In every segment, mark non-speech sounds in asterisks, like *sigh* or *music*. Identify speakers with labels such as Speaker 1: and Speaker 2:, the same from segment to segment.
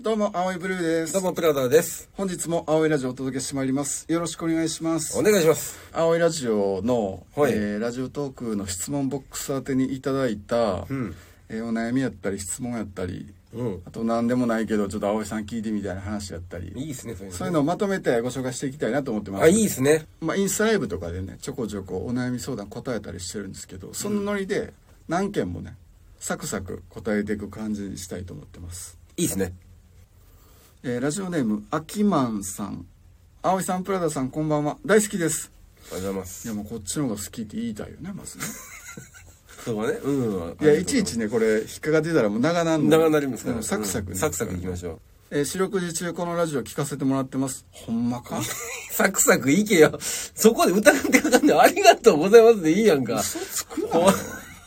Speaker 1: どうも、青いブルーです。
Speaker 2: どうも、プラダです。
Speaker 1: 本日も青いラジオをお届けしてまいります。よろしくお願いします。
Speaker 2: お願いします。
Speaker 1: 青いラジオの、
Speaker 2: はい
Speaker 1: えーラジオトークの質問ボックス宛てにいただいた、
Speaker 2: ん
Speaker 1: えーお悩みやったり、質問やったり、
Speaker 2: うん。
Speaker 1: あと何でもないけど、ちょっと青いさん聞いてみたいな話やった
Speaker 2: いい
Speaker 1: り、
Speaker 2: ですね、そういう
Speaker 1: そう
Speaker 2: の。
Speaker 1: いうのをまとめてご紹介していきたいなと思ってます。
Speaker 2: あ、いいですね。
Speaker 1: まあ、インスタライブとかでねちょこちょこお悩み相談答えたりしてるんですけどそのノリで何件もねサクサク答えていく感じにしたいと思ってます、
Speaker 2: いいですね。
Speaker 1: えーラジオネームあきまんさん葵さんプラダさんこんばんは大好きです
Speaker 2: ありがとうございま
Speaker 1: い
Speaker 2: す
Speaker 1: や。もうこっちの方が好きって言いたいよねまず *laughs* ね
Speaker 2: そうはね。うん。
Speaker 1: いやいちいちねこれ引っかかってたらもう長なんで
Speaker 2: 長なりますから。
Speaker 1: うんサクサクね、
Speaker 2: うんサクサクいきましょう。
Speaker 1: えー四六時中このラジオ聞かせてもらってますほんまか
Speaker 2: サクサクいけよ。そこで疑ってかかんねんありがとうございますでいいやんか。
Speaker 1: 嘘つくなよ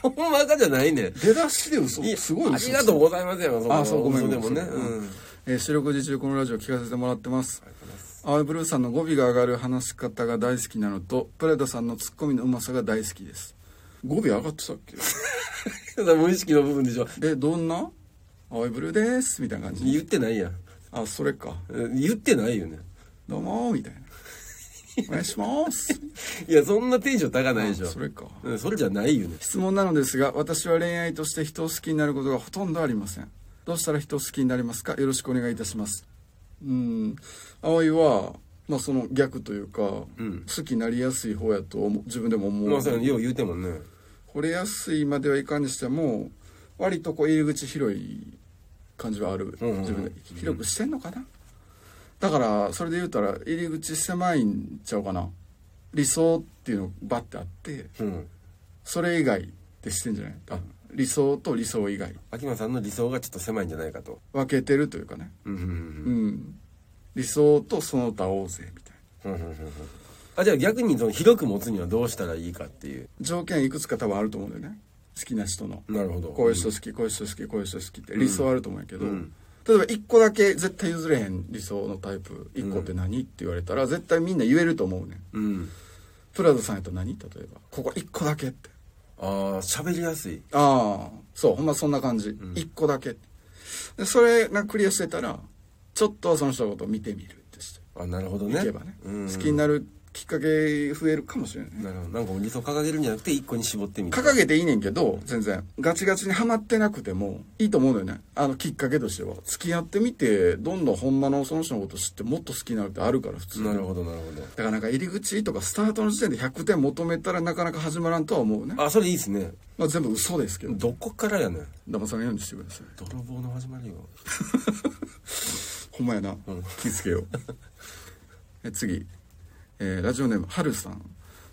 Speaker 2: ほんほんまかじゃないねん。
Speaker 1: *laughs* 出だしで嘘
Speaker 2: い
Speaker 1: すごい
Speaker 2: あ
Speaker 1: 嘘
Speaker 2: りがとうございますやん、こ
Speaker 1: あ、そう、ごめん
Speaker 2: 嘘
Speaker 1: ごめ
Speaker 2: で
Speaker 1: ん。
Speaker 2: もね。
Speaker 1: そう
Speaker 2: うん。
Speaker 1: えー四六時中このラジオ聞かせてもらってます。青いブルーさんの語尾が上がる話し方が大好きなのと、プレダさんのツッコミのうまさが大好きです。語尾上がってたっけ
Speaker 2: ただ無意識の部分でしょ。
Speaker 1: え、どんな青いブルーです。みたいな感じ。
Speaker 2: 言ってないやん。
Speaker 1: あ、それか。
Speaker 2: うん言ってないよね。
Speaker 1: どうもー、みたい
Speaker 2: *laughs*
Speaker 1: な。お願いします。
Speaker 2: いや、そんなテンション高ないでしょ。
Speaker 1: あそれか。
Speaker 2: うん、それじゃないよね。
Speaker 1: 質問なのですが、私は恋愛として人を好きになることがほとんどありません。どうしたら人を好きになりますかよろしくお願いいたします。うん。葵は、まあその逆というか、
Speaker 2: ん
Speaker 1: 好きになりやすい方やと思う自分でも思う。
Speaker 2: まあ、それよう言うてもんね。
Speaker 1: 惚れやすいまではいかんにしても、割とこう入り口広い感じはある。
Speaker 2: うんうんうん
Speaker 1: 自分で。広くしてんのかな、だから、それで言うたら入り口狭いんちゃうかな。理想っていうのバッてあって、
Speaker 2: うん。
Speaker 1: それ以外ってしてんじゃないあ理想と理想以外
Speaker 2: 秋間さんの理想がちょっと狭いんじゃないかと。
Speaker 1: 分けてるというかね
Speaker 2: うんうん
Speaker 1: うん、理想とその他大勢みたいな
Speaker 2: うんうんうんうんあじゃあ逆にその広く持つにはどうしたらいいかっていう。
Speaker 1: 条件いくつか多分あると思うんだよね好きな人の
Speaker 2: なるほど。
Speaker 1: こういう人好きこういう人好きこういう人好きって理想あると思うんやけど、
Speaker 2: うん
Speaker 1: 例えば1個だけ絶対譲れへん理想のタイプ1個って何って言われたら絶対みんな言えると思うねん
Speaker 2: うん。
Speaker 1: プラザさんやったら何例えばここ1個だけって
Speaker 2: ああ、喋りやすい。
Speaker 1: ああそうほんまそんな感じ、一1個だけでそれがクリアしてたらちょっとはその人のことを見てみるってして
Speaker 2: あなるほど
Speaker 1: い
Speaker 2: ね。
Speaker 1: けばね
Speaker 2: うん。
Speaker 1: 好きになるきっかけ増えるかもしれないね
Speaker 2: なるほど。なんかもう理想掲げるんじゃなくて一個に絞ってみる。
Speaker 1: 掲げていいねんけど全然ガチガチにはまってなくてもいいと思うのよねあのきっかけとしては付き合ってみてどんどんほんまのその人のこと知ってもっと好きになるってあるから普通
Speaker 2: なるほど、なるほ
Speaker 1: だからなんか入り口とかスタートの時点で100点求めたらなかなか始まらんとは思うね
Speaker 2: ど。あ、それいいですね。
Speaker 1: まあ全部嘘ですけど
Speaker 2: どこからやねん。
Speaker 1: 騙されんようにしてください
Speaker 2: 泥棒の始まりよ。
Speaker 1: ほんまやな、気ぃつけ *laughs* ようえ次、えーラジオネームはるさん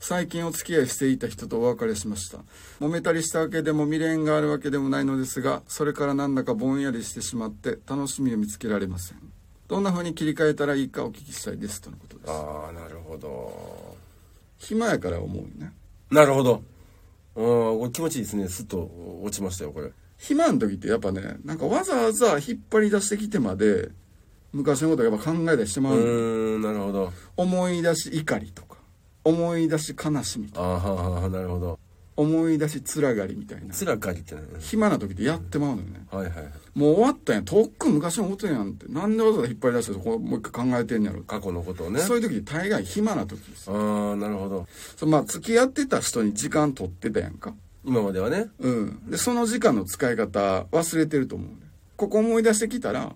Speaker 1: 最近お付き合いしていた人とお別れしました揉めたりしたわけでも未練があるわけでもないのですがそれからなんだかぼんやりしてしまって楽しみを見つけられませんどんな風に切り替えたらいいかお聞きしたいですとのことです
Speaker 2: ああ、なるほど。
Speaker 1: 暇やから思うよね
Speaker 2: なるほど。うん、これ気持ちいいですね。すっと落ちましたよ、これ。
Speaker 1: 暇の時ってやっぱねなんかわざわざ引っ張り出してきてまで昔のことやっぱ考えたりしてまう
Speaker 2: う
Speaker 1: のよ
Speaker 2: ーん、なるほど。
Speaker 1: 思い出し怒りとか思い出し悲しみとか
Speaker 2: ああ、はあはあなるほど。
Speaker 1: 思い出しつらがりみたいな
Speaker 2: つらかりってね。
Speaker 1: 暇な時ってやってまうのよね
Speaker 2: はいはいはい。
Speaker 1: もう終わったんやとっくん昔のことやんってなんでわざわざ引っ張り出してそこもう一回考えてんやろ
Speaker 2: 過去のことをね。
Speaker 1: そういう時って大概暇な時です
Speaker 2: ああ、なるほど。
Speaker 1: そうまあ付き合ってた人に時間取ってたやんか
Speaker 2: 今まではね。
Speaker 1: うんでその時間の使い方忘れてると思うねここ思い出してきたら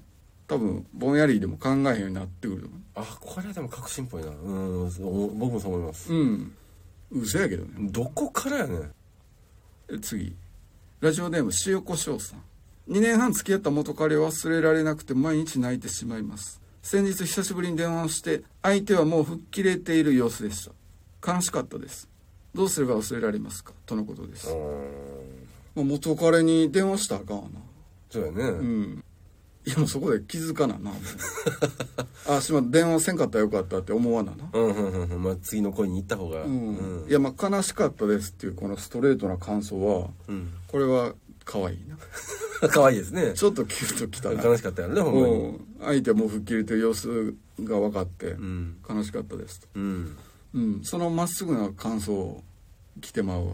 Speaker 1: 多分ぼんやりでも考えへんようになってくると思
Speaker 2: あ、これでも革新っぽいな。うん、そう僕もそう思います。
Speaker 1: ううん嘘やけどね
Speaker 2: どこからやねん。
Speaker 1: え次ラジオネーム塩コショウさん2年半付き合った元彼を忘れられなくて毎日泣いてしまいます先日久しぶりに電話をして相手はもう吹っ切れている様子でした悲しかったですどうすれば忘れられますかとのことです、
Speaker 2: うん。
Speaker 1: まあ、元彼に電話したらあかんわな
Speaker 2: そうやね。
Speaker 1: うんいやもうそこで気づかな *laughs* なもうあしまった電話せんかったらよかったって思わなな
Speaker 2: うん、うん、うんうん。まあ、次の恋に行った方が。う
Speaker 1: うん、
Speaker 2: ん。
Speaker 1: いやまあ悲しかったですっていうこのストレートな感想は
Speaker 2: うん。 *laughs*
Speaker 1: これは可愛いな
Speaker 2: 可愛いですね。
Speaker 1: ちょっとキュッときたな
Speaker 2: 悲しかったやろね、ほんまに。
Speaker 1: もう相手はもう吹っ切れてる様子が分かって
Speaker 2: うん。
Speaker 1: 悲しかったですと、
Speaker 2: うん。
Speaker 1: うん、そのまっすぐな感想を来て
Speaker 2: *laughs*
Speaker 1: まうわ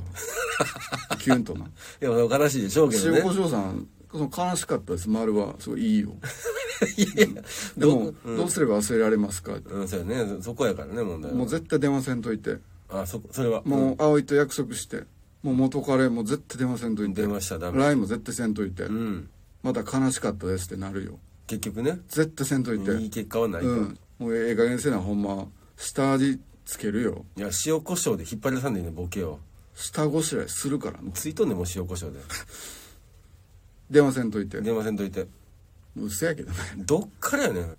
Speaker 1: キュンとない
Speaker 2: や、悲しいでしょうけど
Speaker 1: 塩
Speaker 2: ね
Speaker 1: コ。ショウさんその悲しかったです丸はすごいいいよ
Speaker 2: *laughs* いやいや、
Speaker 1: で
Speaker 2: ど
Speaker 1: も
Speaker 2: こ、
Speaker 1: どうすれば忘れられますかって
Speaker 2: うん、そうやね。そこやからね、問題は
Speaker 1: もう絶対電話せんといて
Speaker 2: あ、そこ、それは。
Speaker 1: もう葵と約束してもう元彼も絶対電話せんといて
Speaker 2: 電話したらダメ
Speaker 1: LINE も絶対せんといて、
Speaker 2: うん。うん。
Speaker 1: また悲しかったですってなるよ
Speaker 2: 結局ね、
Speaker 1: 絶対せんといて
Speaker 2: いい結果はないと。
Speaker 1: うんもうええ加減せなほんま下味つけるよ
Speaker 2: いや、塩コショウで引っ張り出さんでいいね、ボケを。
Speaker 1: 下ごしらえするからな
Speaker 2: ついとんでもう塩コショウ
Speaker 1: *laughs*
Speaker 2: で。
Speaker 1: 電話せんといて
Speaker 2: 電話せんといて。
Speaker 1: うっせやけどね
Speaker 2: どっからやねん。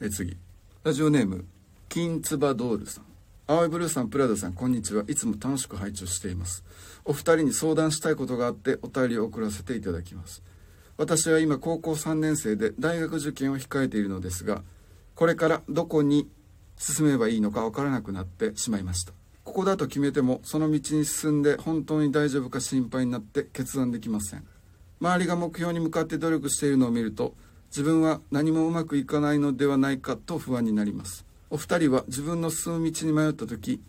Speaker 1: え次ラジオネーム金ツバドールさん青いブルーさんプラダさんこんにちはいつも楽しく拝聴していますお二人に相談したいことがあってお便りを送らせていただきます私は今高校3年生で大学受験を控えているのですがこれからどこに進めばいいのか分からなくなってしまいましたここだと決めてもその道に進んで本当に大丈夫か心配になって決断できません周りが目標に向かって努力しているのを見ると自分は何もうまくいかないのではないかと不安になりますお二人は自分の進む道に迷った時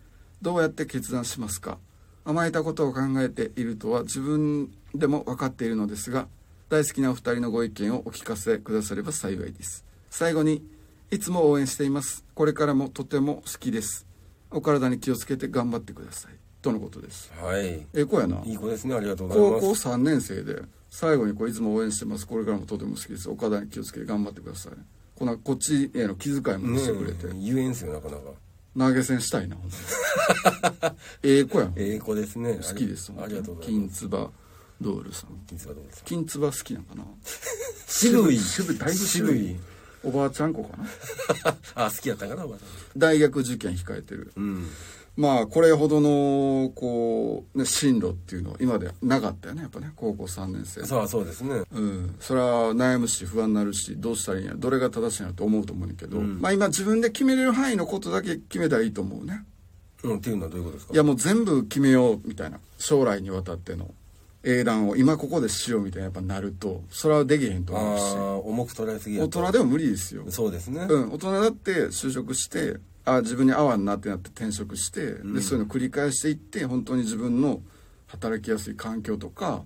Speaker 1: どうやって決断しますか甘えたことを考えているとは自分でも分かっているのですが大好きなお二人のご意見をお聞かせくだされば幸いです最後にいつも応援していますこれからもとても好きですお体に気をつけて頑張ってくださいとのことです
Speaker 2: はい。
Speaker 1: ええ子やない
Speaker 2: い子ですね、ありがとう
Speaker 1: 高
Speaker 2: ござい
Speaker 1: 校
Speaker 2: ます。
Speaker 1: 3年生で最後にこういつも応援してますこれからもとても好きですお体に気をつけて頑張ってくださいこんなこっちへの気遣いもしてくれて、
Speaker 2: うん、言えんすよ、なかなか。
Speaker 1: 投げ銭したいなほんま
Speaker 2: *laughs*
Speaker 1: ええ子やん
Speaker 2: ええ子ですね。
Speaker 1: 好きです
Speaker 2: ありがとうござい
Speaker 1: 金
Speaker 2: ます。
Speaker 1: つばドールさん
Speaker 2: 金ツバどうですか
Speaker 1: 金つば好きなんかな
Speaker 2: 渋
Speaker 1: *laughs*
Speaker 2: い。
Speaker 1: 渋いだいぶ渋い
Speaker 2: 渋い
Speaker 1: おばあちゃん子かな
Speaker 2: あ、好きやったかな、おばあちゃん。
Speaker 1: 大学受験控えてる
Speaker 2: うん。
Speaker 1: まあこれほどのこう、ね、進路っていうのは今までなかったよねやっぱね高校3年生
Speaker 2: そう、そうですね。
Speaker 1: うん、それは悩むし不安になるしどうしたらいいんやどれが正しいんやと思うと思うねんけど、まあ今自分で決めれる範囲のことだけ決めたらいいと思うね
Speaker 2: うん、っていうのはどういうことですか
Speaker 1: いやもう全部決めようみたいな将来にわたっての英断を今ここでしようみたいなやっぱなるとそれはできへんと
Speaker 2: あ
Speaker 1: 思うし
Speaker 2: あ、重く捉えすぎや
Speaker 1: 大
Speaker 2: と
Speaker 1: 人でも無理ですよ、
Speaker 2: そうですね。
Speaker 1: うん、大人だって就職してあ自分に合わんなってなって転職して、でそういうの繰り返していって本当に自分の働きやすい環境とか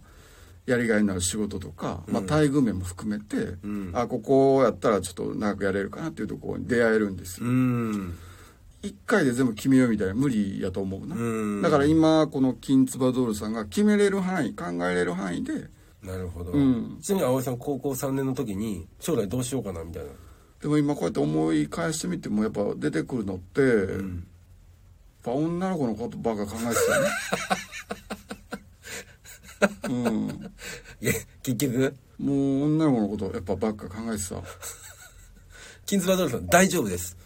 Speaker 1: やりがいのある仕事とか、まあ、待遇面も含めて、あここやったらちょっと長くやれるかなっていうところに出会えるんですよ、
Speaker 2: うん。
Speaker 1: 一回で全部決めようみたいな無理やと思うな、
Speaker 2: うん
Speaker 1: だから今この金ツバドールさんが決めれる範囲考えれる範囲で
Speaker 2: なるほど。
Speaker 1: ん
Speaker 2: ちなみに葵さん、高校3年の時に、将来どうしようかな、みたいな。
Speaker 1: でも今こうやって思い返してみてもやっぱ出てくるのって、やっぱ女の子のことばっか考
Speaker 2: *laughs*
Speaker 1: えてたね
Speaker 2: いや、結局、
Speaker 1: うんもう女の子のことやっぱばっか考えてた
Speaker 2: 金ズバドルさん、大丈夫です。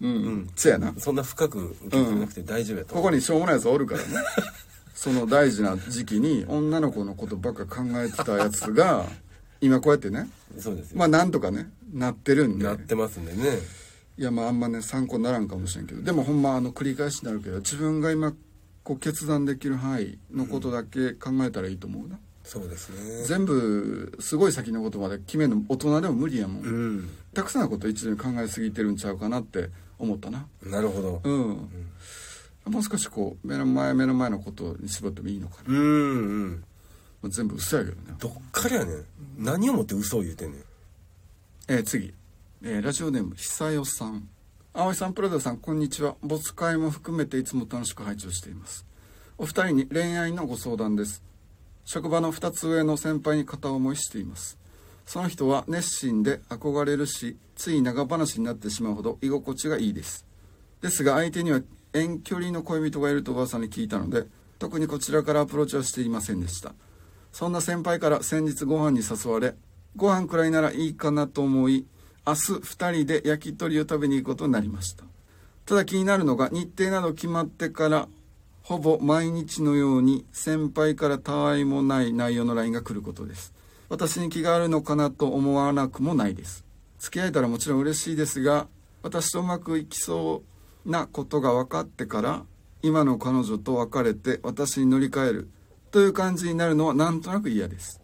Speaker 1: うんうんせやな
Speaker 2: そんな深く受け止めなくて大丈夫やと。
Speaker 1: ここにしょうもないやつおるからねその大事な時期に女の子のことばっか考えてたやつ
Speaker 2: *laughs*
Speaker 1: が今こうやってね
Speaker 2: そうですよ。
Speaker 1: まあなんとかねなってるんで
Speaker 2: なってますんでね。
Speaker 1: いやまああんまね参考にならんかもしれんけどでもほんまあの繰り返しになるけど自分が今こう決断できる範囲のことだけ考えたらいいと思うな、
Speaker 2: そうですね。
Speaker 1: 全部すごい先のことまで決めるの大人でも無理やもん、
Speaker 2: うん。
Speaker 1: たくさんのこと一度に考えすぎてるんちゃうかなって思ったな
Speaker 2: なるほど。
Speaker 1: うん、もう少しこう目の前目の前のことに絞ってもいいのかな、
Speaker 2: うん、うん。
Speaker 1: まあ全部嘘やけどね
Speaker 2: どっからやねん。何をもって嘘を言うてんねん。
Speaker 1: えー次、えーラジオネーム久代さん葵さんプラザさんこんにちは没会も含めていつも楽しく拝聴していますお二人に恋愛のご相談です職場の2つ上の先輩に片思いしていますその人は熱心で憧れるしつい長話になってしまうほど居心地がいいですですが相手には遠距離の恋人がいると噂に聞いたので特にこちらからアプローチはしていませんでしたそんな先輩から先日ご飯に誘われご飯くらいならいいかなと思い明日2人で焼き鳥を食べに行くことになりましたただ気になるのが日程など決まってからほぼ毎日のように先輩からたわいもない内容の LINE が来ることです私に気があるのかなと思わなくもないです付き合えたらもちろん嬉しいですが私とうまくいきそうなことが分かってから今の彼女と別れて私に乗り換えるという感じになるのはなんとなく嫌です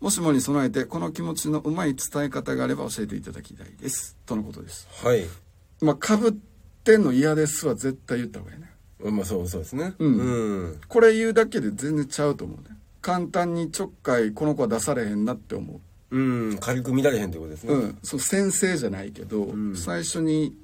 Speaker 1: もしもに備えてこの気持ちのうまい伝え方があれば教えていただきたいですとのことです
Speaker 2: はい。
Speaker 1: まあかぶってんの嫌ですは絶対言った方がいいね
Speaker 2: まあ、そう、そうですね。
Speaker 1: ん
Speaker 2: うん。
Speaker 1: これ言うだけで全然ちゃうと思うね簡単にちょっかいこの子は出されへんなって思う
Speaker 2: うん、軽く見られへんってことですね。
Speaker 1: うん、そう先生じゃないけど、
Speaker 2: ん
Speaker 1: 最初に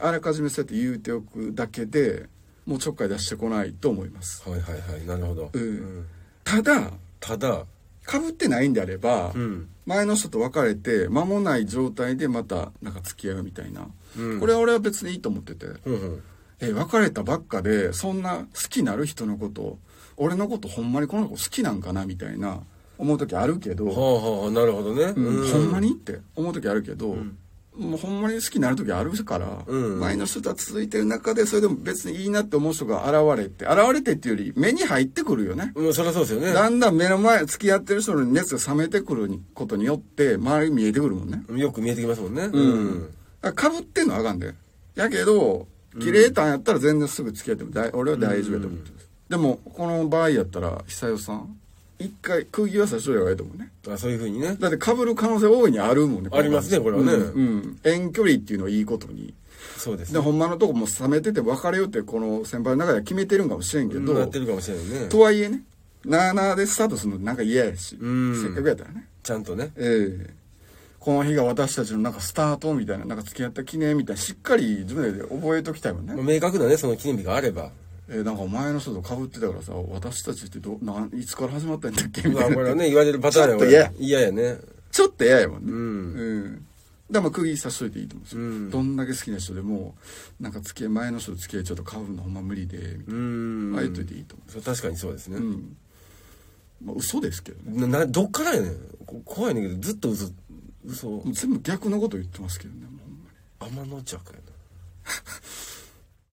Speaker 1: あらかじめそうやって言うておくだけでもうちょっかい出してこないと思います、
Speaker 2: はいはいはい、なるほど。
Speaker 1: うん
Speaker 2: ん
Speaker 1: ただ
Speaker 2: ただ、
Speaker 1: かぶってないんであれば、
Speaker 2: うん。
Speaker 1: 前の人と別れて間もない状態でまたなんか付き合うみたいな、
Speaker 2: うん
Speaker 1: これは俺は別にいいと思ってて、
Speaker 2: うんうん。
Speaker 1: え別れたばっかでそんな好きなる人のこと俺のことほんまにこの子好きなんかなみたいな思う時あるけど、
Speaker 2: はあはあ、なるほどね。
Speaker 1: う
Speaker 2: うん
Speaker 1: ほんまにって思う時あるけど、もうほんまに好きになる時あるから、
Speaker 2: うん
Speaker 1: 前の人とは続いてる中でそれでも別にいいなって思う人が現れて現れてっていうより目に入ってくるよね、
Speaker 2: うん、そりゃそうですよね。
Speaker 1: だんだん目の前付き合ってる人の熱が冷めてくることによって周り見えてくるもんね
Speaker 2: よく見えてきますもんね。
Speaker 1: うん。かぶってんのはあかんでやけどキレーターやったら全然すぐ付き合っても大俺は大丈夫やと思ってます、でもこの場合やったら久代さん一回釘は刺しといた方がいいと思うね
Speaker 2: あそういうふうにね。
Speaker 1: だって被る可能性大いにあるもんね。
Speaker 2: ありますねこれはね
Speaker 1: うん。うん遠距離っていうのをいいことに。
Speaker 2: そうです
Speaker 1: で、
Speaker 2: ね。
Speaker 1: ほんまのとこもう冷めてて別れようって、この先輩の中では決めてるんかもしれんけど、
Speaker 2: なってるかもしれないね。
Speaker 1: とはいえね、なあなあでスタートするのなんか嫌やし、
Speaker 2: うん
Speaker 1: せっかくやったらね。
Speaker 2: ちゃんとね。
Speaker 1: ええこの日が私たちのなんかスタートみたいな、なんか付き合った記念みたいな、しっかり自分で覚えときたいもんね。
Speaker 2: まあ明確なね、その記念日があれば。
Speaker 1: えーなんかお前の人と被ってたからさ、私たちってど、なんいつから始まったんだっけみ
Speaker 2: ま
Speaker 1: た
Speaker 2: あ、
Speaker 1: い
Speaker 2: これ
Speaker 1: な。
Speaker 2: はね、言われるパタ
Speaker 1: ちょ
Speaker 2: ーンや
Speaker 1: っと嫌や
Speaker 2: 嫌やね。
Speaker 1: ちょっと嫌やもんね。
Speaker 2: う
Speaker 1: うん
Speaker 2: ん。
Speaker 1: だからまあ釘刺しといていいと思うんですよ、
Speaker 2: うん
Speaker 1: どんだけ好きな人でもなんか付き合い前の人と付き合いちょっと買うのほんま無理でみたいな、
Speaker 2: うん。
Speaker 1: ああ言っといていいと思
Speaker 2: そう確かにそうですね。
Speaker 1: う、うんまあ、嘘ですけどね
Speaker 2: ななどっからやねんこ怖いねんけどずっと嘘嘘
Speaker 1: もう全部逆のこと言ってますけどねもうほんまに
Speaker 2: 天の弱やな